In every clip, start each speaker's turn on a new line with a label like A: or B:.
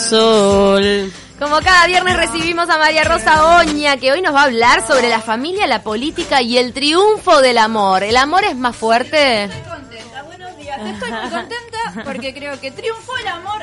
A: sol.
B: Como cada viernes recibimos a María Rosa Oña, que hoy nos va a hablar sobre la familia, la política y el triunfo del amor. ¿El amor es más fuerte?
C: Estoy contenta, buenos días. Estoy muy contenta porque creo que triunfó el amor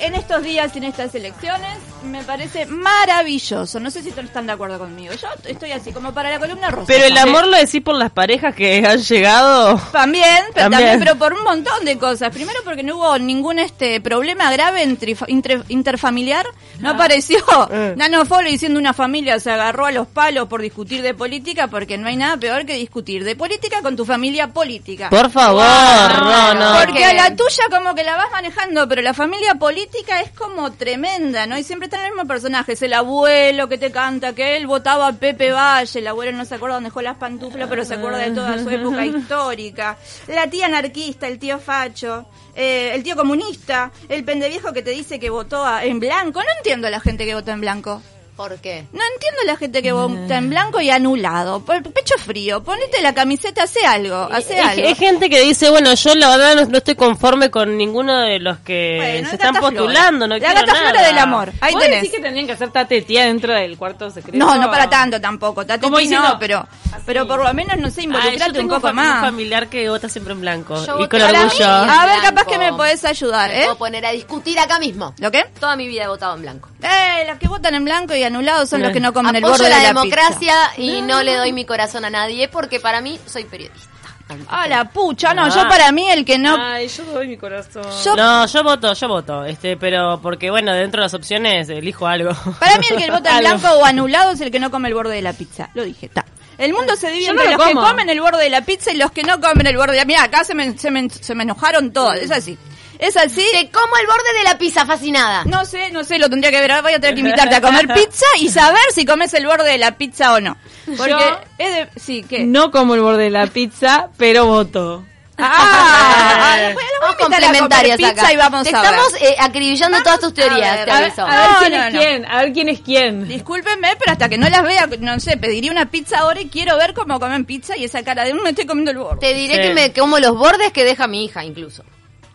C: en estos días y en estas elecciones. Me parece maravilloso. No sé si todos están de acuerdo conmigo. Yo estoy así, como para la columna rosa.
A: Pero el amor lo decís por las parejas que han llegado.
C: También, pero
A: También.
C: también. pero por un montón de cosas. Primero porque no hubo ningún este problema grave entre, inter- interfamiliar. No apareció
A: Ah. Eh.
C: Nano Fole diciendo una familia se agarró a los palos por discutir de política porque no hay nada peor que discutir de política con tu familia política.
A: Por favor, no,
B: Wow.
A: no.
C: Porque a la tuya como que la vas manejando, pero la familia política es como tremenda, ¿no? Y siempre están los mismos personajes, el abuelo que te canta, que él votaba a Pepe Valle, el abuelo no se acuerda dónde dejó las pantuflas, pero se acuerda de toda su época histórica, la tía anarquista, el tío facho, eh, el tío comunista, el pendeviejo que te dice que votó a- en blanco, no entiendo a la gente que votó en blanco.
B: ¿Por qué?
C: No entiendo la gente que vota en blanco y anulado. Pe- Pecho frío, ponete la camiseta, hace algo, hace
A: Hay-
C: algo.
A: Hay gente que dice, bueno, yo la verdad no, no estoy conforme con ninguno de los que
C: Bueno,
A: se
C: el
A: están
C: Gata Flora.
A: postulando. No
C: La
A: quiero
C: Gata Flora
A: nada.
C: del amor. Ahí
D: ¿Vos
C: tenés.
D: decís que tendrían que hacer tate tía dentro del cuarto secreto?
C: No, no para tanto tampoco. Tati
D: Como
C: Pi
D: diciendo- "Ah,
C: no, pero, pero por lo menos, no sé,
A: Ay, yo
C: involucrate
A: tengo
C: un poco
A: fam- un
C: más.
A: familiar que vota siempre en blanco
B: Yo
A: y
B: voté
A: con
B: para
A: orgullo.
B: mí.
C: A ver, capaz
B: Blanco.
C: que me podés ayudar,
B: Me
C: ¿eh?
B: puedo poner a discutir acá mismo.
C: ¿Lo qué?
B: Toda mi vida he votado en blanco.
C: Eh, los que votan en blanco y anulados son los que no comen el
B: Apoyo
C: borde de
B: la,
C: la
B: democracia y no le doy mi corazón a nadie porque para mí soy periodista.
C: pizza. Ah, la pucha, no, yo para mí el que no...
D: Ay, yo doy mi corazón.
C: Yo,
A: No, yo voto, yo voto, este, pero porque bueno, dentro de las opciones elijo algo.
C: Para mí el que vota en
A: Algo.
C: blanco o anulado es el que no come el borde de la pizza. Lo dije, está. El mundo se divide
D: Yo no
C: entre
D: lo
C: los
D: como.
C: que comen el borde de la pizza y los que no comen el borde de la... Mira, acá se me, se, me, se me enojaron todos, es así. Es así.
B: Te como el borde de la pizza fascinada.
C: No sé, no sé, lo tendría que ver. Ahora Voy a tener que invitarte a comer pizza y saber si comes el borde de la pizza o no. Porque
D: Yo-
C: es de... Sí, ¿qué?
D: No como el borde de la pizza, pero voto.
C: Ah, lo voy- lo
B: Vamos
C: voy a invitar a comer
B: complementarias
C: pizza
B: acá.
C: y vamos
B: Te
C: a ver.
B: estamos eh, acribillando todas tus teorías,
C: ver,
B: te
C: a ver,
B: aviso.
D: A ver
C: No,
D: quién
C: no,
D: es
C: no.
D: quién, a ver quién es quién.
C: Discúlpenme, pero hasta que no las vea, no sé, pediría una pizza ahora y quiero ver cómo comen pizza y esa cara de uno me estoy comiendo el borde.
B: Te diré
A: Sí.
B: que me como los bordes que deja mi hija incluso.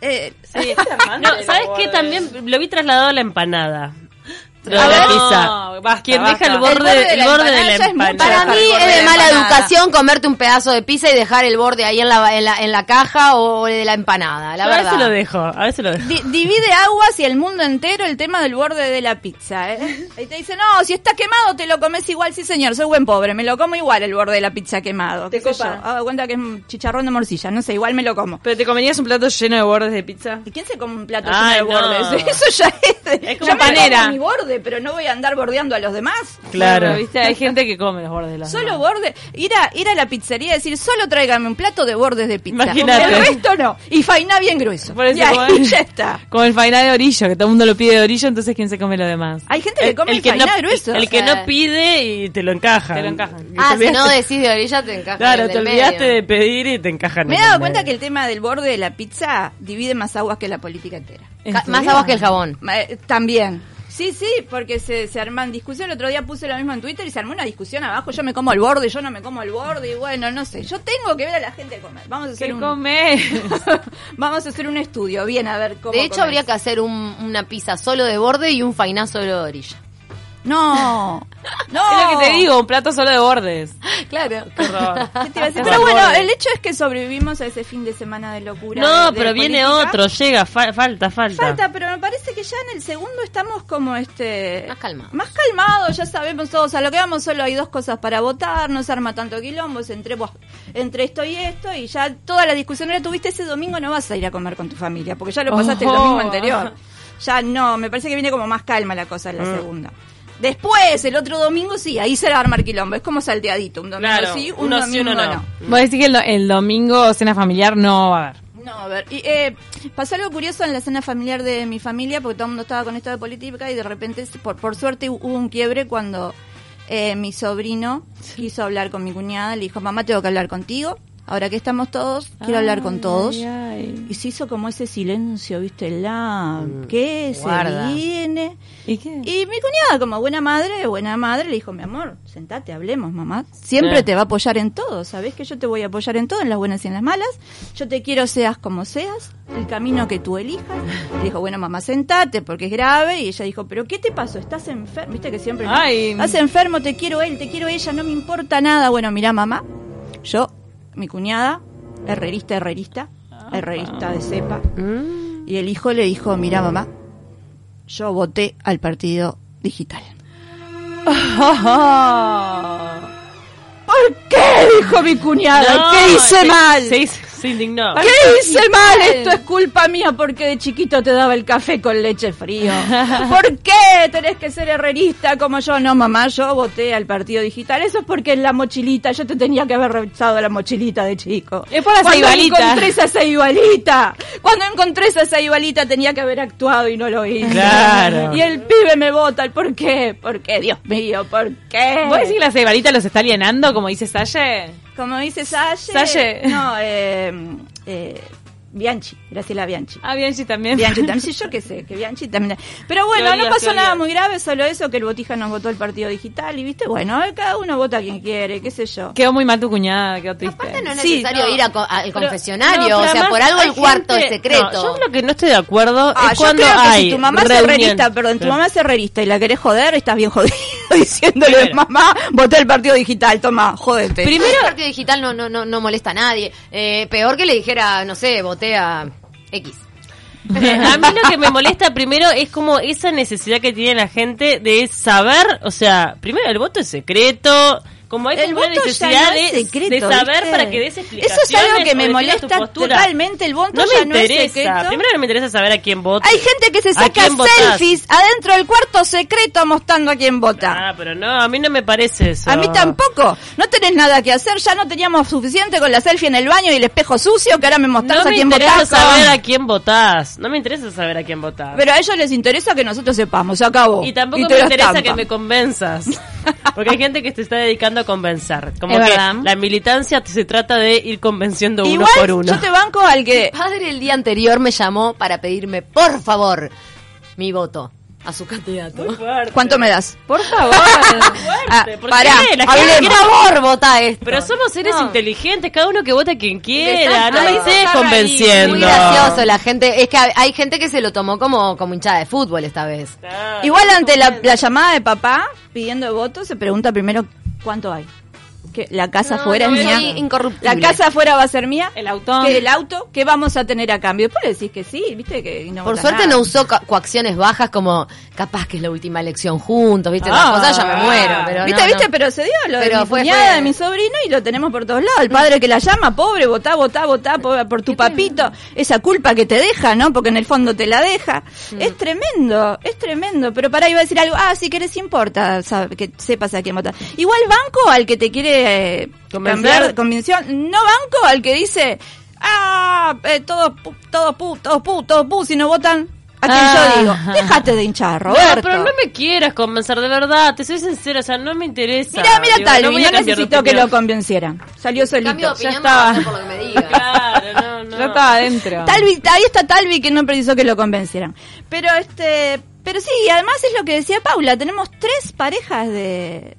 C: Eh, sí.
A: No, ¿sabes qué? También lo vi trasladado a la empanada. Lo
C: A
A: de la
C: ver.
A: pizza.
D: No, basta,
A: Quien
D: basta.
A: deja el borde,
C: El borde de
A: el
C: la
A: borde de
C: empanada
A: la
C: ya es muy
A: empanada.
B: Para
C: Claro,
B: mí
C: el
B: es
C: borde de
B: de
C: la
B: mala
C: empanada.
B: educación comerte un pedazo de pizza y dejar el borde ahí en la, en la, en la caja o, o de la empanada, la
A: Yo a veces lo
B: verdad.
A: dejo, a veces lo dejo.
C: Di- divide aguas y el mundo entero el tema del borde de la pizza, ¿eh? Ahí te dicen, no, si está quemado te lo comes igual, sí señor, soy buen pobre, me lo como igual el borde de la pizza quemado.
D: Te
C: qué sé
D: copa.
C: yo. Hago cuenta que es un chicharrón de morcilla, no sé, igual me lo como.
D: ¿Pero te comerías un plato lleno de bordes de pizza?
C: ¿Y quién se come un plato
A: Ay,
C: lleno de
A: no.
C: bordes? Eso ya es... de-
A: Es como
C: yo me como
D: panera.
C: mi borde, pero no voy a andar bordeando a los demás.
A: Claro.
D: Bueno, ¿viste? Hay gente que come los bordes de la
C: Solo borde. Ir a, ir a la pizzería y decir, solo tráigame un plato de bordes de pizza.
A: Imagínate.
C: El resto no. Y fainá bien grueso.
D: Por eso
C: y ahí
D: como-
C: ya está.
D: Como el final de orillo, que todo el mundo lo pide de orillo, entonces ¿quién se come lo demás?
C: Hay gente que come el,
A: no,
C: fainá grueso.
A: el que
B: sea.
A: no pide y te lo encajan.
D: Te lo encajan.
B: Ah, si no
A: olvidaste-
B: decís de orilla te encaja.
A: Claro,
B: el
A: te
B: del
A: olvidaste
B: medio.
A: de pedir y te
B: Ah,
A: encajan.
C: Me he
A: en
C: dado
A: el
C: cuenta que
A: medio.
C: el tema del borde de la pizza divide más aguas que la política entera.
D: ¿En
B: Ca- Más
D: serio?
B: aguas que el jabón.
C: Ma- eh, También. Sí, sí, porque se, se arman discusión. El otro día puse lo mismo en Twitter y se armó una discusión abajo. Yo me como el borde, yo no me como el borde. Y bueno, no sé. Yo tengo que ver a la gente comer. Vamos a hacer
D: ¿Qué
C: un
D: come?
C: Vamos a hacer un estudio. Bien, a ver cómo.
B: De hecho,
C: comer.
B: habría que hacer un- una pizza solo de borde y un fainá solo de orilla.
C: No, no.
D: Es lo que te digo, un plato solo de bordes.
B: Claro.
D: Qué horror.
C: ¿Qué te iba a decir? Pero bueno, el hecho es que sobrevivimos a ese fin de semana de locura.
A: No,
C: de- de
A: pero viene
C: política.
A: otro, llega, fa- falta, falta.
C: Falta, pero me parece que ya en el segundo estamos como este...
B: Más calmados.
C: Más calmados, ya sabemos todos a lo que vamos, solo hay dos cosas para votar, no se arma tanto quilombo, es entre, vos- entre esto y esto, y ya toda la discusión la tuviste ese domingo, no vas a ir a comer con tu familia, porque ya lo pasaste el
D: Ojo.
C: domingo anterior. Ya no, me parece que viene como más calma la cosa en
A: Mm.
C: la segunda. Después, el otro domingo sí, ahí se va a armar quilombo, es como salteadito, un domingo
A: Claro,
C: sí, un
A: uno
C: domingo
A: sí, uno no.
C: no.
D: Vos decís que el, do- el domingo cena familiar no va a haber.
C: No, a ver, y, eh, pasó algo curioso en la cena familiar de mi familia, porque todo el mundo estaba con esto de política y de repente, por, por suerte, hubo un quiebre cuando eh, mi sobrino quiso hablar con mi cuñada, le dijo, mamá, tengo que hablar contigo. Ahora que estamos todos,
D: Ah,
C: quiero hablar con todos. Y se hizo como ese silencio, ¿viste? La, que
B: guarda.
C: se viene.
D: ¿Y qué?
C: Y mi cuñada, como buena madre, buena madre, le dijo, mi amor, sentate, hablemos, mamá. Siempre
A: Sí.
C: te va a apoyar en todo, ¿sabes? Que yo te voy a apoyar en todo, en las buenas y en las malas. Yo te quiero seas como seas, el camino que tú elijas. Le dijo, bueno, mamá, sentate, porque es grave. Y ella dijo, pero ¿qué te pasó? ¿Estás enfermo? Viste que siempre... ¿no?
D: Ay.
C: Estás enfermo, te quiero él, te quiero ella, no me importa nada. Bueno, mirá, mamá, yo, mi cuñada, herrerista, herrerista, herrerista de cepa. Y el hijo le dijo, mira mamá, yo voté al partido digital. ¿Por qué? Dijo mi cuñada.
A: No,
C: ¿Qué hice
A: se-
C: mal?
A: Se, hizo- se indignó.
C: ¿Qué hice mal? Esto es culpa mía porque de chiquito te daba el café con leche frío. ¿Por qué tenés que ser herrerista como yo? No, mamá, yo voté al partido digital. Eso es porque es la mochilita. Yo te tenía que haber revisado la mochilita de chico.
D: Es por la
C: Cuando
D: ceibalita.
C: encontré esa ceibalita. Cuando encontré esa ceibalita tenía que haber actuado y no lo hice.
A: Claro.
C: Y el pibe me vota. ¿Por qué? ¿Por qué? Dios mío, ¿por qué?
D: ¿Vos decís que la ceibarita los está alienando, como dice Salle?
C: Como dice Salle.
D: Salle.
C: No, eh, eh, Bianchi, Graciela Bianchi.
D: Ah, Bianchi también.
C: Bianchi también, sí, yo qué sé, que Bianchi también. Pero bueno,
D: Teorías,
C: no pasó
D: teorías.
C: nada muy grave, solo eso, que el Botija nos votó el partido digital y viste, bueno, eh, cada uno vota a quien quiere, qué sé yo.
D: Quedó muy mal tu cuñada, quedó triste.
B: Aparte no es
C: Sí,
B: necesario
C: no.
B: ir a co- al
C: Pero-
B: confesionario,
A: No,
B: o
A: pero
B: sea,
A: además
B: por algo
A: hay
B: el cuarto es
A: gente-
B: secreto.
A: No, yo lo que no estoy de acuerdo
C: Ah,
A: es
C: yo
A: cuando
C: creo que
A: hay
C: si tu mamá
A: reunión.
C: es herrerista, perdón, tu
A: Claro.
C: mamá es herrerista y la querés joder, estás bien jodido diciéndole, mamá, voté el partido digital, toma, jódete.
B: Primero porque digital no, no, no, no molesta a nadie. Eh, peor que le dijera, no sé, voté a X.
A: Eh, A mí lo que me molesta primero es como esa necesidad que tiene la gente de saber, o sea, primero el voto es secreto, como hay
C: el
A: como una
C: voto ya
A: necesidad
C: no es
A: de,
C: secreto,
A: de saber
C: ¿viste?
A: para que des
C: Eso
A: explicaciones.
C: es algo que
A: o
C: me
A: defiendas tu
C: molesta
A: postura.
C: totalmente, el voto
A: No me
C: ya no es
A: interesa,
C: secreto.
A: primero no me interesa saber a quién voto.
C: Hay gente que se
A: ¿A
C: saca
A: quién votás?
C: selfies adentro del cuarto secreto mostrando a quién vota.
A: Ah, pero no, a mí no me parece eso.
C: A mí tampoco. No tenés nada que hacer. Ya no teníamos suficiente con la selfie en el baño y el espejo sucio que ahora me mostrás
A: No
C: a
A: me
C: quién
A: interesa
C: votás.
A: saber a quién votás. No me interesa saber a quién votás.
C: Pero a ellos les interesa que nosotros sepamos. Se acabó.
A: y tampoco
C: Oh, te
A: me
C: lo
A: interesa que
C: estampan.
A: me convenzas. Porque hay gente que se está dedicando a convencer. Como
D: Es
A: que
D: verdad.
A: la militancia se trata de ir convenciendo uno
C: Igual
A: por uno.
C: yo te banco al que...
B: Padre el día anterior me llamó para pedirme, por favor, mi voto a su candidato.
C: ¿Cuánto me das? Por favor. Ah,
A: ¿por
C: pará,
A: qué? La gente
B: Por
C: hablemos.
B: favor, vota esto.
A: Pero somos seres
C: No.
A: inteligentes, cada uno que vota a quien quiera.
B: Exacto.
A: No me
B: Ahí
A: estés
C: está
A: convenciendo.
B: Muy gracioso la gente. Es que hay hay gente que se lo tomó como, como hinchada de fútbol esta vez.
A: Claro.
C: Igual ante la, la llamada de papá pidiendo votos se pregunta primero cuánto hay. Que la casa
B: No,
C: fuera
B: no,
C: es
B: soy
C: mía.
B: incorruptible.
C: La casa afuera va a ser mía.
D: El autón.
C: Que el auto. ¿Qué vamos a tener a cambio? Después le decís que sí, viste que y no
B: Por
C: votás
B: suerte
C: nada.
B: no usó co- coacciones bajas como capaz que es la última elección juntos, ¿viste? Esas
D: Ah.
B: cosas ya me muero. Pero
C: viste,
B: no,
C: viste,
B: no.
C: pero se dio lo
B: Pero
C: de mi
B: fue-
C: cuñada,
B: fue-
C: de mi sobrino y lo tenemos por todos lados. El padre que la llama, pobre, votá, votá, votá por, por tu papito. Esa culpa que te deja, ¿no? Porque en el fondo te la deja.
B: Mm.
C: Es tremendo, es tremendo. Pero para iba a decir algo, ah, si querés importa, sabe, que sepas a quién votar. Igual banco al que te quiere eh,
A: ¿Convencer?
C: cambiar convención, no banco al que dice, ah, eh, todos pu, todos pu, todos pu, todos pu, si no votan a quien
D: Ah.
C: yo digo. Déjate de hinchar,
A: No,
C: Roberto.
A: pero no me quieras convencer, de verdad, te soy sincera, o sea, no me interesa.
C: Mira, mira
A: Digo,
C: tal, no,
A: voy a cambiar de
C: necesitó que lo
A: opinión.
C: convenciera.
B: Cambio
C: Salió
B: de
C: solito.
D: Ya
B: opinión
D: estaba.
B: no va a ser por lo que me diga.
A: Claro, no, no.
D: Yo estaba adentro.
C: Talvi, ahí está Talvi que no precisó que lo convencieran. Pero este, pero sí, además es lo que decía Paula, tenemos tres parejas de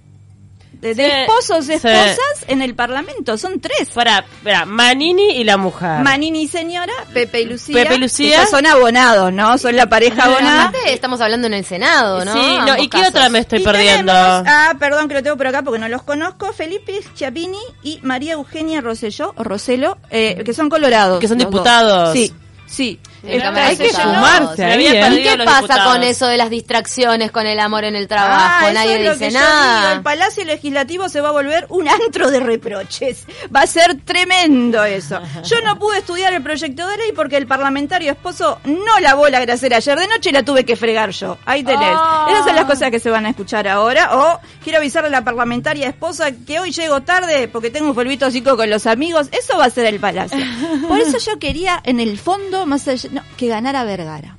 C: de, de
A: Sí,
C: esposos, de
A: sí.
C: esposas en el Parlamento, son tres.
A: Pará, pará, Manini y la mujer.
C: Manini señora, Pepe y Lucía.
A: Pepe y Lucía.
C: Que ya son abonados, ¿no? Son la pareja
B: Pero
C: abonada.
B: aparte estamos hablando en el Senado, ¿no?
A: Sí, no,
B: Ambos
A: ¿y qué
B: casos.
A: otra me estoy
C: Y
A: perdiendo?
C: tenemos- ah, perdón que lo tengo por acá porque no los conozco. Felipe Chiapini y María Eugenia Rosselló, o Rosselló, eh, que son colorados.
A: Que son
C: los dos.
A: diputados.
C: Sí, sí.
B: Pero
C: Este, Esta-
B: me
D: Hay que
B: hace
C: ella no-
B: sumar.
D: sumarse
A: Me
D: ahí,
A: había
D: ¿eh?
B: ¿Y
A: Perdido
B: qué
A: los
B: pasa
A: diputados.
B: con eso de las distracciones, con el amor en el
C: Ah,
B: trabajo?
C: eso
B: Nadie
C: es lo
B: dice
C: que yo
B: nada.
C: digo, El Palacio Legislativo se va a volver un antro de reproches. Va a ser tremendo eso. Yo no pude estudiar el proyecto de ley porque el parlamentario esposo no lavó la grasera ayer de noche y la tuve que fregar yo. Ahí tenés.
D: Ah.
C: Esas son las cosas que se van a escuchar ahora. O quiero avisarle a la parlamentaria esposa que hoy llego tarde porque tengo un polvito chico con los amigos. Eso va a ser el Palacio. Por eso yo quería, en el fondo, más allá, no, que ganara Vergara.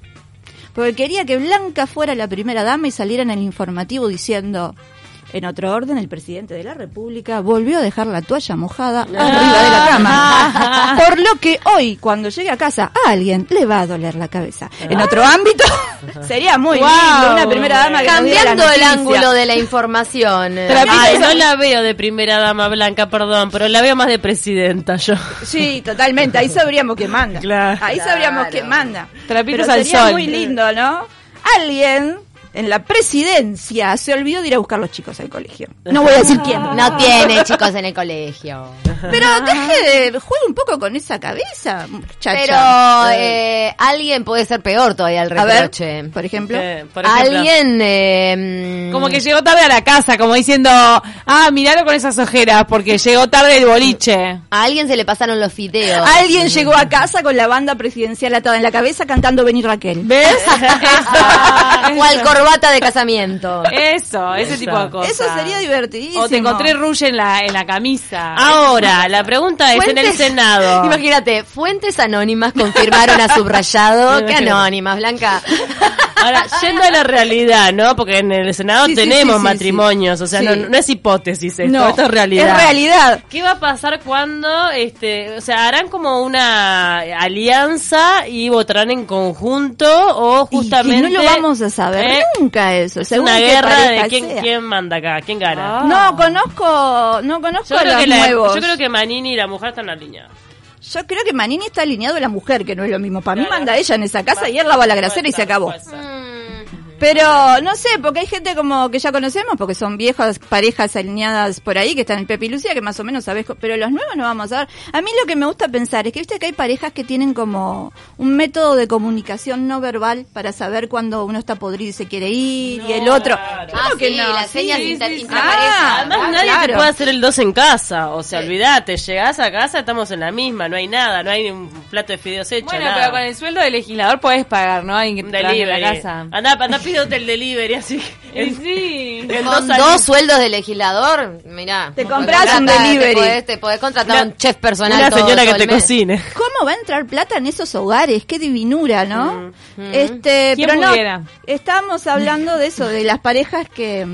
C: Porque quería que Blanca fuera la primera dama y saliera en el informativo diciendo, En otro orden, el presidente de la República volvió a dejar la toalla mojada
B: Ah.
C: arriba de la cama. Por lo que hoy, cuando llegue a casa, a alguien le va a doler la cabeza. En otro ámbito, sería muy
A: Wow.
C: lindo una primera dama que nos
B: Ah.
C: diera la
B: Cambiando el
C: noticia.
B: ángulo de la información. eh.
A: Ay, no la veo de primera dama blanca, perdón, pero la veo más de presidenta yo.
C: Sí, totalmente. Ahí sabríamos que manda.
D: Claro.
C: Ahí sabríamos que manda.
D: Trapitos
C: Pero
D: al
C: sería
D: sol.
C: muy lindo, ¿no? Alguien en la presidencia se olvidó de ir a buscar los chicos al colegio. No voy a decir quién.
B: No tiene chicos en el colegio.
C: Pero deje de jugar un poco con esa cabeza, muchacha.
B: Pero eh, alguien puede ser peor todavía el
C: a ver,
B: reproche.
C: por ejemplo.
A: Eh, por ejemplo.
B: Alguien... eh, mm,
D: Como que llegó tarde a la casa, como diciendo, ah, miralo con esas ojeras, porque llegó tarde el boliche.
B: A alguien se le pasaron los fideos.
C: Alguien llegó a casa con la banda presidencial atada en la cabeza cantando Venir Raquel.
D: ¿Ves?
B: Ah,
D: Eso.
B: ¿Cuál corbata de casamiento?
D: Eso, ese
A: Eso.
D: tipo de cosas.
C: Eso sería divertidísimo.
D: O te encontré ruge en la, en la camisa.
A: Ahora, la pregunta es, en el
B: Fuentes-
A: Senado,
B: Imagínate, fuentes anónimas confirmaron a subrayado que anónimas, Blanca.
A: Ahora, yendo a la realidad, ¿no? Porque en el Senado
C: Sí, sí,
A: tenemos
C: sí, sí,
A: matrimonios, o sea,
C: Sí.
A: no, no es hipótesis esto,
C: No,
A: esto es realidad.
C: Es realidad.
A: ¿Qué va a pasar cuando, este, o sea, harán como una alianza y votarán en conjunto o
C: Y que
A: justamente...
C: no lo vamos a saber
A: Eh,
C: nunca eso.
A: es
C: según
A: una
C: qué
A: guerra de
C: pareja
A: quién,
C: sea.
A: quién manda acá, quién gana.
C: No, conozco, no conozco
A: Yo
C: a
A: creo,
C: los
A: que la-
C: nuevos.
A: yo creo que Manini y la mujer están alineados.
C: Yo creo que Manini está alineado a la mujer, que no es lo mismo. Para mí manda ella en esa casa y él lava la grasera y se acabó.
A: Puede ser.
C: Pero no sé, porque hay gente como que ya conocemos, porque son viejas parejas alineadas por ahí, que están el Pepe y Lucía, que más o menos sabes, co- pero los nuevos no vamos a ver. A mí lo que me gusta pensar es que viste que hay parejas que tienen como un método de comunicación no verbal para saber cuando uno está podrido y se quiere ir y el otro.
B: Ah,
C: Claro que
B: sí,
C: no,
B: las
C: sí,
B: señas
C: sí,
B: inter-
C: sí.
B: intrapareja.
C: Ah,
A: Además,
C: ah,
A: nadie te
C: claro.
A: puede hacer el dos en casa. O sea, olvídate, llegás a casa, estamos en la misma, no hay nada, no hay un plato de fideos hecho.
D: Bueno,
A: nada.
D: pero con el sueldo del legislador podés pagar, ¿no? Hay que
A: Un
D: trabajar en
A: delivery.
D: la casa.
A: Andá, andá pidiéndote el delivery, así que.
D: Y sí.
A: en
B: Con
A: años-
B: dos sueldos de legislador, mirá.
C: Te compras un
B: Contrata- te
C: delivery.
B: podés- Te podés contratar
A: Una-
B: un chef personal.
A: Una
B: todo-
A: señora
B: todo
A: que
B: el
A: te
B: mes.
A: cocine.
C: ¿Cómo va a entrar plata en esos hogares? Qué divinura, ¿no? Este,
D: ¿Quién
C: pero no,
D: pudiera?
C: estábamos hablando de eso, de las parejas que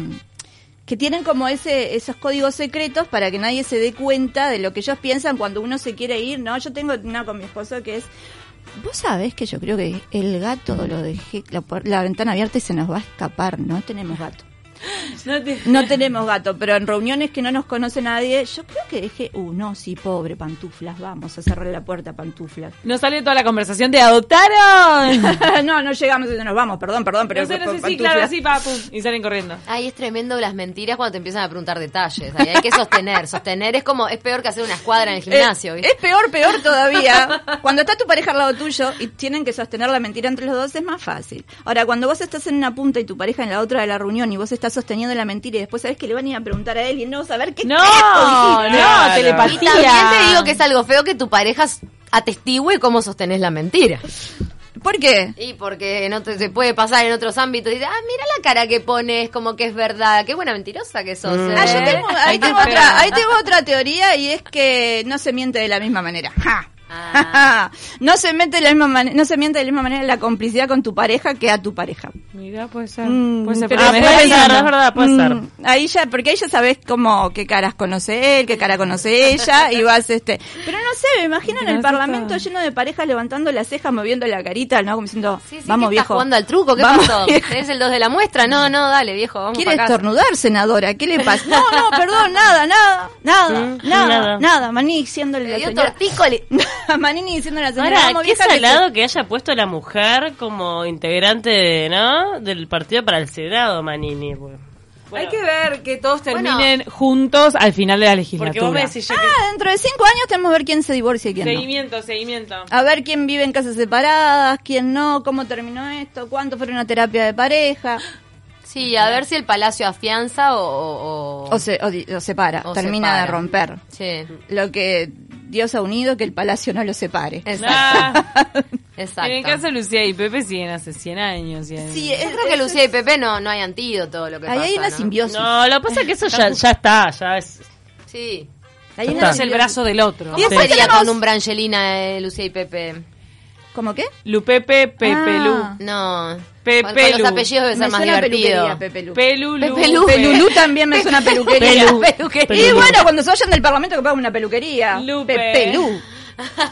C: que tienen como ese esos códigos secretos para que nadie se dé cuenta de lo que ellos piensan cuando uno se quiere ir, ¿no? Yo tengo una con mi esposo que es Vos sabés que yo creo que el gato lo dejé la, puer- la ventana abierta y se nos va a escapar, no tenemos gato.
D: No te-
C: No tenemos gato, pero en reuniones que no nos conoce nadie, yo creo que dejé, uh, no, sí, pobre, pantuflas, vamos a cerrar la puerta, pantuflas.
D: Nos sale toda la conversación de adoptaron.
C: no, no llegamos, no nos vamos, perdón, perdón, pero
D: no sé, no sé, sí,
C: pantuflas.
D: claro, sí, papu. Y salen corriendo.
B: Ay, es tremendo las mentiras cuando te empiezan a preguntar detalles. Ahí hay que sostener. Sostener es como, es peor que hacer una escuadra en el
C: Eh,
B: gimnasio. ¿viste?
C: es peor, peor todavía. Cuando está tu pareja al lado tuyo y tienen que sostener la mentira entre los dos es más fácil. Ahora, cuando vos estás en una punta y tu pareja en la otra de la reunión y vos estás sosteniendo la mentira y después sabés que le van a ir a preguntar a él y no saber qué
D: No,
C: carajo dijiste.
D: no,
B: y
D: telepatía.
B: también te digo que es algo feo que tu pareja s- atestigüe cómo sostenés la mentira.
C: ¿Por qué?
D: Eh,
B: Y porque no te se puede pasar en otros ámbitos. Dice, ah, mira la cara que pones, como que es verdad. Qué buena mentirosa que sos. eh".
C: Ah, yo tengo- ahí,
D: Ay, qué
C: tengo
D: feo.
C: otra, ahí tengo otra teoría y es que no se miente de la misma manera. Ja. no se miente de la misma manera, no se miente de la misma manera la complicidad con tu pareja que a tu pareja.
D: Mirá, puede ser.
C: Mm,
D: puede ser.
A: pero
D: porque me
A: puede
D: está
A: ser,
D: pensando.
A: es verdad, puede ser.
C: Mm, Ahí ya, porque ahí ya sabes como qué caras conoce él, qué cara conoce ella, y vas este. Pero no sé, me imagino en el
D: Pero eso está-
C: parlamento lleno de parejas levantando las cejas, moviendo la carita, ¿no? Como diciendo,
B: Sí, sí,
C: vamos
B: ¿qué estás
C: viejo.
B: jugando al truco? ¿Qué
C: Vamos,
B: pasó?
C: viejo.
B: ¿Tenés el 2 de la muestra? No, no, dale, viejo, vamos
C: Quiere
B: pa' casa.
C: estornudar, senadora, ¿qué le pasa? No, no, perdón, nada, nada, nada,
A: Mm,
C: nada, nada,
A: nada.
C: Maní diciéndole
B: Le
C: a la
B: dio
C: señora.
B: tortícoli.
C: Manini diciéndole a la señora,
A: Ahora,
C: vamos
A: qué
C: vieja. que-
A: salado que haya puesto la mujer como integrante de, ¿no? del partido para el Senado, Manini. pues. Bueno,
D: Hay que ver que todos
B: Bueno.
D: terminen juntos al final de la legislatura.
A: Porque vos me decís yo que-
C: Ah, dentro de cinco años tenemos que ver quién se divorcia y quién no.
D: Seguimiento, seguimiento.
C: A ver quién vive en casas separadas, quién no, cómo terminó esto, cuánto fueron a terapia de pareja.
B: Sí, a ver si el palacio afianza o... o- o-
C: O se, o di- o separa,
B: O
C: termina
B: separa.
C: de romper.
B: Sí,
C: Lo que Dios ha unido, que el palacio no lo separe.
B: exacto.
D: Ah, en el
B: exacto.
D: caso de Lucía y Pepe siguen hace 100 años. y-
C: Sí,
B: Yo
C: es-
B: creo que Lucía y Pepe no, no hay antídoto lo que
C: ahí
B: pasa,
C: hay una
B: ¿no?
C: simbiosis.
A: No, lo que pasa es que eso ya, ya está, ya es.
B: Sí.
C: Ahí
A: Ya
C: hay una
D: Uno
A: está.
D: es el
C: simbiosis.
D: brazo del otro.
B: ¿Cómo
A: Sí.
B: sería
C: Tenemos-
B: con un Brangelina, eh, Lucía y Pepe?
C: ¿Cómo qué?
D: Lupepe, Pepe,
C: Ah.
B: No.
D: Pe-
B: Con-
D: Pelu.
B: Con los apellidos debe ser más divertido.
C: peluquería, Pepelu.
D: Lu. Pelu, Lu.
B: Pepe Lu.
C: Pelulú también me suena a peluquería.
A: Pelu.
C: peluquería. Y
A: Pelu.
C: bueno, cuando se vayan del Parlamento que pagan una peluquería.
D: Lupe.
C: Pepelú.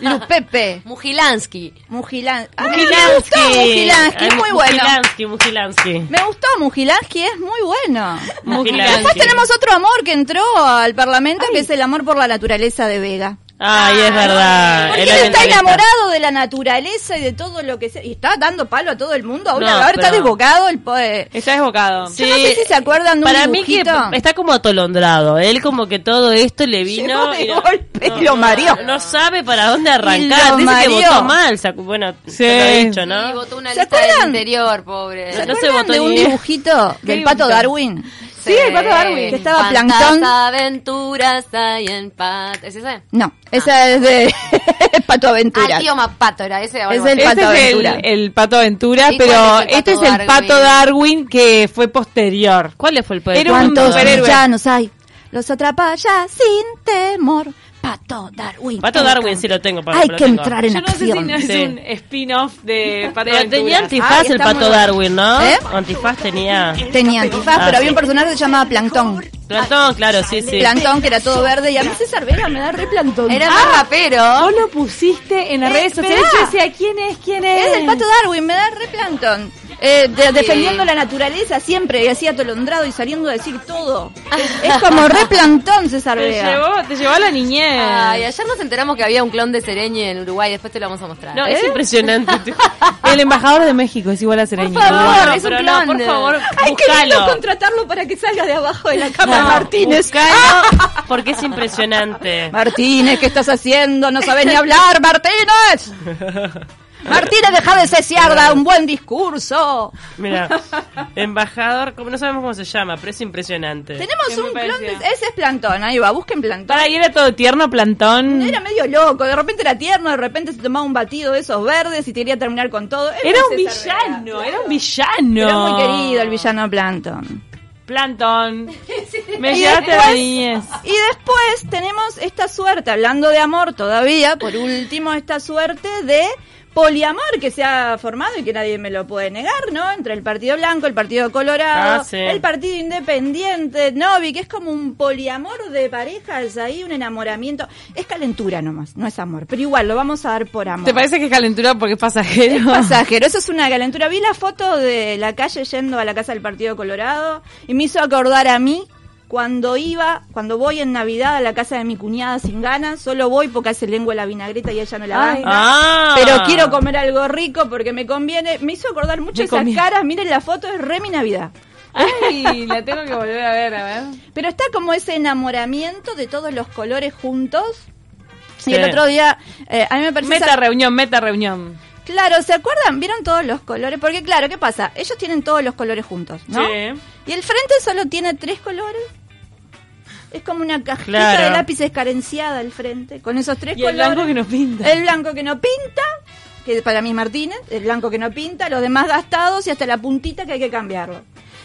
C: Lupepe.
B: Mujilansky.
C: Mujilán. Ah, me
A: Mujilansky.
C: gustó Mujilansky,
A: Ay,
C: muy bueno.
A: Mujilansky, Mujilansky.
C: Me gustó Mujilansky, es muy bueno.
A: Mujilansky.
C: Después tenemos otro amor que entró al Parlamento, que es el amor por la naturaleza de Vega.
A: Ay, Ah, es verdad.
C: Porque
A: el
C: él está
A: ambientalista.
C: enamorado de la naturaleza y de todo lo que sea. Y está dando palo a todo el mundo. Ahora,
A: No,
C: ahora está
A: pero-
C: desbocado el poder.
D: Está desbocado.
A: Sí.
C: Yo no sé si se acuerdan de un
A: Para mí que
C: dibujito.
A: está como atolondrado. Él como que todo esto le
C: Llegó
A: vino...
C: de
A: y-
C: golpe y
A: no,
C: lo mareó.
A: No, no sabe para dónde
C: Y
A: arrancar.
C: lo
A: Dice que
C: mareó.
A: votó mal. sacu- Bueno,
D: Sí.
A: te lo he dicho,
B: Y
A: ¿no?
B: votó una
C: ¿Se
B: lista del
C: acuerdan?
B: interior, pobre.
A: No se
C: ¿Recuerdan
A: votó
C: de un
A: ni-
C: dibujito del pato Darwin.
B: Sí,
C: el Pato Darwin. Que estaba Plancton.
B: aventuras hay en pat... ¿Es ese?
C: No,
A: Ah.
C: esa es de Pato Aventura.
B: Ah, tío Mapato era ese. o algo
C: Es el
B: así.
D: Este
C: Pato
D: es
C: Aventura.
D: el, el Pato Aventura,
B: ¿Y cuál
D: pero
B: es el Pato
D: este es el
B: Darwin?
D: Pato Darwin que fue posterior.
A: ¿Cuál fue el poder?
D: Era un
C: ¿Cuántos
D: superhéroe.
C: villanos hay? Los atrapa ya sin temor. Pato Darwin.
A: Pato Darwin sí lo tengo. Pablo,
C: Hay
A: lo
C: que
A: tengo.
C: entrar en
D: Yo no sé si
C: acción.
D: no es
A: Sí.
D: un spin-off de Pato
A: Pero
D: Aventura.
A: tenía
C: Ay,
A: antifaz
C: está
A: el
C: muy
A: pato
C: bueno.
A: Darwin, ¿no?
C: ¿Eh?
A: Antifaz tenía.
C: Tenía antifaz,
A: Ah,
C: pero había
A: sí.
C: un personaje que se llamaba Plancton.
A: Plantón, claro, sí, sí.
C: Plancton, que era todo verde. Y a mí César Vega me da Ah, re Plancton.
B: Era más rapero.
D: Vos lo pusiste en las
C: Eh,
D: redes sociales.
C: esperá.
D: Yo decía, ¿quién es? ¿Quién es?
C: Es el pato Darwin, me da re Plancton. Eh, de- defendiendo la naturaleza siempre, y así atolondrado y saliendo a decir todo. Es como re Plancton César
D: Te
C: Vega.
D: llevó, te llevó a la niñez.
B: Ay, ayer nos enteramos que había un clon de Sereñe en Uruguay. Después te lo vamos a mostrar.
A: No,
C: ¿Eh?
A: es impresionante. te juro.
D: El embajador de México es igual a Sereño.
B: Por favor,
A: Bueno,
B: es un
A: pero no,
B: clon.
A: por favor,
C: Hay que
A: búscalo.
C: contratarlo para que salga de abajo de la cámara,
A: No,
C: Martínez.
A: búscalo, porque es impresionante.
C: Martínez, ¿qué estás haciendo? No sabes ni hablar, Martínez. Martínez, deja de cesear, da un buen discurso.
A: Mira, embajador, como no sabemos cómo se llama, pero es impresionante.
C: Tenemos
D: ¿Qué me
C: un clon, de-
D: parecía?
C: ese es Plantón, ahí va, busquen Plantón.
D: Para, y era todo tierno, plantón.
C: Era medio loco, de repente era tierno, de repente se tomaba un batido de esos verdes y te quería terminar con todo.
D: Era un
C: César Vega.
D: villano, era un villano.
C: Era muy querido el villano Plantón.
D: Plantón. Me
C: Y
D: llevaste a la
C: después-
D: niñez.
C: Y después tenemos esta suerte, hablando de amor todavía, por último esta suerte de poliamor que se ha formado y que nadie me lo puede negar, ¿no? Entre el Partido Blanco, el Partido Colorado,
A: Ah, sí.
C: el Partido Independiente, Novi, que es como un poliamor de parejas ahí, un enamoramiento. Es calentura nomás, no es amor, pero igual lo vamos a dar por amor.
D: ¿Te parece que es calentura porque es pasajero?
C: Es pasajero, eso es una calentura. Vi la foto de la calle yendo a la casa del Partido Colorado y me hizo acordar a mí cuando iba, cuando voy en Navidad a la casa de mi cuñada sin ganas, solo voy porque hace lengua la vinagreta y ella no la
D: Ay,
C: baja.
A: Ah,
C: Pero quiero comer algo rico porque me conviene. Me hizo acordar mucho
D: Me
C: esas
D: conviene.
C: caras. Miren la foto, es re mi Navidad.
D: Ay, la tengo que volver a ver, a ver.
C: Pero está como ese enamoramiento de todos los colores juntos.
A: Sí.
C: Y el otro día, eh, a mí me pareció.
D: Meta reunión, meta reunión.
C: Claro, ¿se acuerdan? ¿Vieron todos los colores? Porque claro, ¿qué pasa? Ellos tienen todos los colores juntos, ¿no?
D: Sí.
C: Y el frente solo tiene tres colores. Es como una cajita
A: Claro.
C: de lápices carenciada el frente, con esos tres
D: Y el
C: colores.
D: blanco que nos pinta.
C: El blanco que no pinta, que para mí es Martínez, el blanco que no pinta, los demás gastados y hasta la puntita que hay que cambiarlo.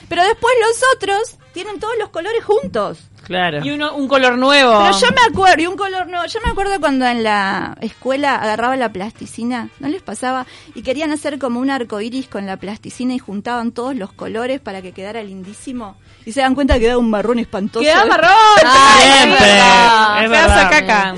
C: Pero después los otros tienen todos los colores juntos.
A: Claro.
D: Y uno, un color nuevo.
C: Pero yo me acuerdo, y un color no, yo me acuerdo cuando en la escuela agarraba la plasticina, ¿no les pasaba? Y querían hacer como un arco iris con la plasticina y juntaban todos los colores para que quedara lindísimo. Y se dan cuenta que quedaba un marrón espantoso.
D: ¡Queda marrón!
B: Ay,
D: Ah, es
A: Siempre.
D: verdad.
A: Es
D: Pedazo
A: verdad.
D: de caca.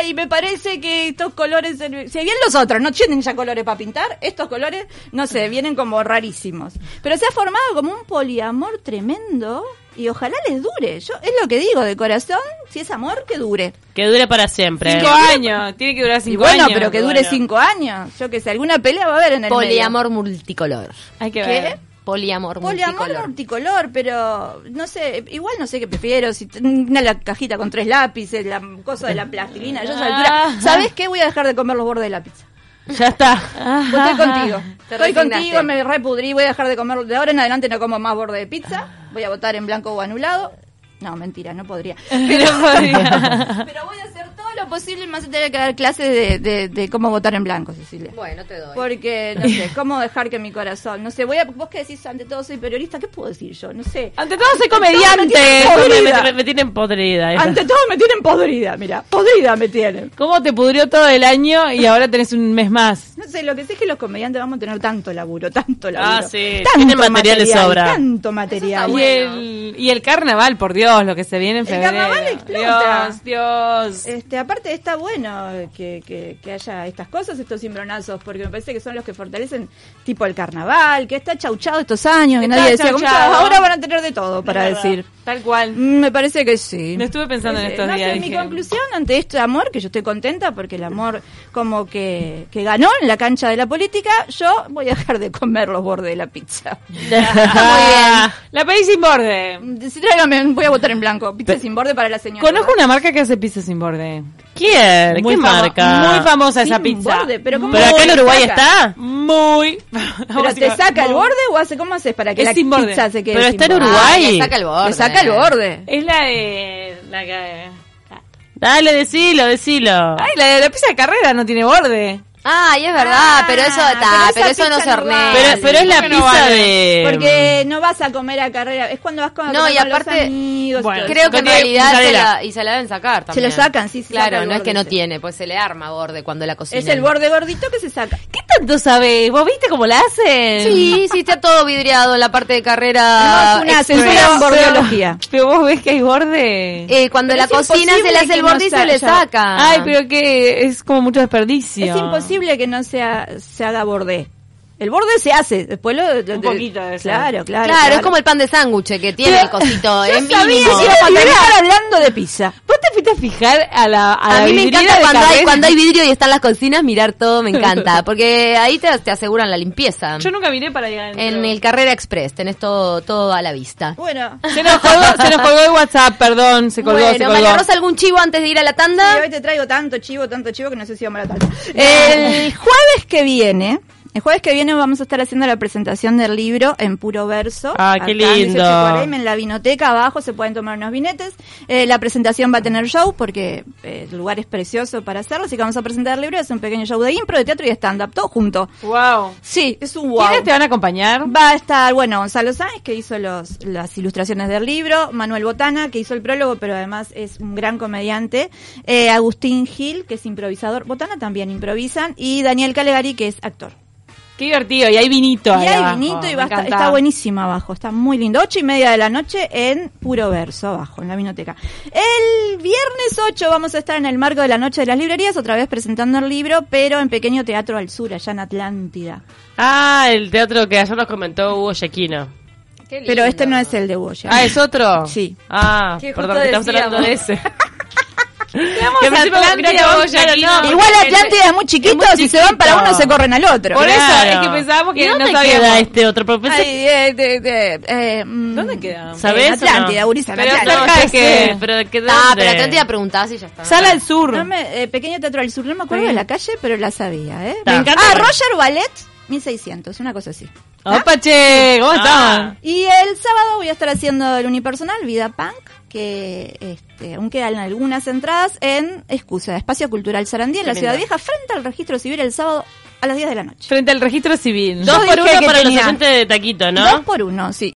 C: Eh, y me parece que estos colores, serv- si bien los otros no tienen ya colores para pintar, estos colores, no sé, vienen como rarísimos. Pero se ha formado como un poliamor tremendo y ojalá les dure. Yo es lo que digo de corazón, si es amor, que dure.
A: Que dure para siempre.
D: Cinco años. Tiene que durar
C: Y
D: cinco
C: bueno,
D: años.
C: pero que dure
A: bueno.
C: cinco años. Yo que sé, alguna pelea va a haber en el
B: Poliamor multicolor. Eh,
D: Hay que
C: ¿Qué?
D: ver.
B: Poliamor
C: medio. Poliamor
B: multicolor.
C: multicolor, pero no sé, igual no sé qué prefiero, si t- una la cajita con tres lápices, la cosa de la plastilina, yo a esa altura, ¿sabes qué? Voy a dejar de comer los bordes de la pizza.
A: Ya está.
D: Ah,
C: Pues estoy contigo.
B: Te
C: Estoy
B: resignaste.
C: contigo, me repudrí, voy a dejar de comer. De ahora en adelante no como más borde de pizza. Voy a votar en blanco o anulado. No, mentira, no podría. Pero,
D: Pero podría.
C: pero voy a hacer todo lo lo posible, más tener que dar clases de, de- de cómo votar en blanco, Cecilia.
B: Bueno, te doy.
C: Porque, no sé, cómo dejar que mi corazón, no sé, voy a, vos que decís, ante todo soy periodista, ¿qué puedo decir yo? No sé.
A: Ah,
D: Ante todo soy
C: Ante
D: comediante.
C: todo,
A: Me, me-
C: Podrida.
A: me- me tienen podrida. esa.
C: Ante todo me tienen podrida, mira, podrida me tienen.
D: ¿Cómo te pudrió todo el año y ahora tenés un mes más?
C: No sé, lo que sé es que los comediantes vamos a tener tanto laburo, tanto laburo.
A: Ah, sí.
C: Tanto
A: Tienen material de sobra.
C: Tanto
B: Ah,
C: material.
D: y,
B: bueno.
D: el, y el carnaval, por Dios, lo que se viene
C: El
D: en febrero.
C: carnaval explota.
D: Dios, Dios.
C: Este, aparte está bueno que, que- que haya estas cosas, estos cimbronazos, porque me parece que son los que fortalecen tipo el carnaval, que está chauchado estos años, que
D: Está
C: nadie decía, como, "Ah,
D: chauchado.
C: ahora van a tener de todo para decir.
D: Tal cual.
C: Mm, Me parece que sí.
D: Lo estuve pensando en
C: Eh,
D: estos
C: no sé,
D: días.
C: mi
D: dije,
C: conclusión ante este amor, que yo estoy contenta porque el amor como que, que ganó en la cancha de la política, yo voy a dejar de comer los bordes de la pizza.
D: "Ah, La pedí sin borde.
C: Si tráigame, voy a votar en blanco. Pizza sin borde para la señora.
D: Conozco una marca que hace pizza sin borde.
A: ¿Quién?
D: Muy
A: ¿Qué
D: famo-
A: marca?
D: Muy famosa
C: Sin
D: esa pizza.
C: borde, pero ¿cómo
A: ¿Pero acá en
C: Muy
A: Uruguay
C: saca.
A: está?
D: Muy.
C: ¿Pero te saca el borde o hace cómo haces para que
D: Es
C: la
D: sin borde.
C: pizza se quede
A: Pero
C: sin
A: está en
C: borde?
A: Uruguay.
B: le saca el borde. eh.
C: Le saca el borde.
D: Es la de. La que.
A: Dale, decilo, decilo.
D: Ay, la de la pizza de carrera no tiene borde.
B: Ay, es verdad,
C: Ah,
B: pero eso está,
C: pero
B: pero,
C: esa
B: eso no
C: pizza
B: se
C: no va.
B: hornea.
A: Pero, pero es la
D: ¿Por qué no
A: pizza
D: vale?
A: de...
C: Porque no vas a comer a carrera, es cuando vas con, a
B: No,
C: comer
B: y
C: con
B: aparte-
C: los amigos.
D: Bueno,
C: todo
B: Creo
C: eso.
B: que en
A: Tiene
B: realidad se
A: mozzarella.
B: la, y se la deben sacar también.
C: lo sacan, sí, se saca
B: Claro,
C: el
B: no es que
C: borde,
B: no
C: sí.
B: tiene, pues se le arma borde cuando la cocinan.
C: Es el borde gordito que se saca.
D: ¿Qué tanto sabés? ¿Vos viste cómo la hacen?
B: Sí, sí, está todo vidriado en la parte de carrera.
C: No, es una
B: express.
C: censura en bordeología.
D: Pero vos ves que hay borde.
B: Eh, cuando
C: Pero
B: la
C: es
B: cocina se le
C: imposible
B: hace el
C: que no
B: borde y se le
C: haya-
B: saca.
D: Ay, pero que es como mucho desperdicio.
C: Es imposible que no sea, se haga borde. El borde se hace, después lo... lo-
D: Un poquito de eso.
C: Claro, claro.
B: Claro, es como el pan de sándwich que tiene el cosito.
C: Yo
B: es
C: sabía
B: mínimo.
C: que íbamos a terminar hablando de pizza.
D: ¿Vos te fuiste a fijar a
B: A,
D: la a, la
B: mí me
D: vidriera
B: encanta
D: de
B: cuando hay,
D: Carrera?
B: cuando hay vidrio y están las cocinas, mirar todo me encanta. Porque ahí te, te aseguran la limpieza.
D: Yo nunca miré para allá adentro.
B: En el Carrera Express tenés todo, todo a la vista.
C: Bueno,
D: Se nos, colgó, se nos colgó el WhatsApp, perdón, se colgó, se
B: bueno,
D: colgó.
B: María Rosa, algún chivo antes de ir a la
C: y
B: tanda.
C: hoy te traigo tanto chivo, tanto chivo que no sé si vamos a la Eh, tarde. El jueves que viene... El jueves que viene vamos a estar haciendo la presentación del libro en puro verso.
A: Ah, qué
C: en
A: lindo.
C: 1840, en la vinoteca abajo se pueden tomar unos vinetes. Eh, la presentación va a tener show porque eh, el lugar es precioso para hacerlo. Así que vamos a presentar el libro. Es un pequeño show de impro, de teatro y de stand-up, todo junto.
D: Wow.
C: Sí, es un wow.
D: ¿Quiénes te van a acompañar?
C: Va a estar, bueno, Gonzalo Sáenz, que hizo los, las ilustraciones del libro, Manuel Botana, que hizo el prólogo, pero además es un gran comediante, eh, Agustín Gil, que es improvisador, Botana también improvisan, y Daniel Calegari, que es actor.
D: Qué divertido, y hay vinito
C: y
D: ahí
C: hay
D: abajo,
C: vinito y
D: me
C: va a estar-
D: encanta.
C: está buenísimo abajo, está muy lindo. Ocho y media de la noche en Puro Verso, abajo, en la biblioteca. El viernes 8 vamos a estar en el marco de la Noche de las Librerías, otra vez presentando el libro, pero en Pequeño Teatro al Sur, allá en Atlántida.
A: Ah, el teatro que ayer nos comentó Hugo Yaquino.
C: Pero este no es el de Boya.
A: Ah, ¿es otro?
C: Sí.
A: Ah,
B: Que
A: perdón,
B: justo
A: que estamos hablando de
B: decíamos.
A: ese.
D: Vamos
A: Que
D: a
A: me encima
D: Atlántida,
A: creo que vos,
D: Boyacá,
A: claro, no.
D: no.
C: Igual Atlántida Ah, es muy chiquito, si se van para uno se corren al otro.
D: Por eso, es que pensábamos que
A: ¿Y
D: no
A: dónde
D: sabíamos.
A: queda este otro? Porque pensé-
C: Ay, eh, de- de- eh, mm,
D: ¿Dónde queda?
A: ¿Sabés
C: en
A: o no?
C: Atlántida, Urisa, en
D: Pero
C: Atlántida.
D: cerca de
A: ya
D: qué?
A: sé, pero ¿qué
B: Ah,
A: dónde?
B: pero Atlántida preguntás y ya está.
D: Sala al sur.
C: No me- eh, pequeño Teatro del Sur, no me acuerdo de la calle, pero la sabía, ¿eh?
A: Me encanta.
C: Ah, Roger Ballet, 1600, una cosa así.
D: Opa, che, ¿cómo
A: Ah.
D: están?
C: Y el sábado voy a estar haciendo el unipersonal Vida Punk, que este, aún quedan algunas entradas en Excusa, Espacio Cultural Sarandí, en la Ciudad Vieja, frente al registro civil el sábado a las 10 de la noche.
D: Frente al registro civil.
A: Dos
C: Yo
A: por
C: dije
A: uno
C: que
A: para los
C: tenía-
A: agentes de Taquito,
C: Dos
A: ¿no?
C: por uno, sí.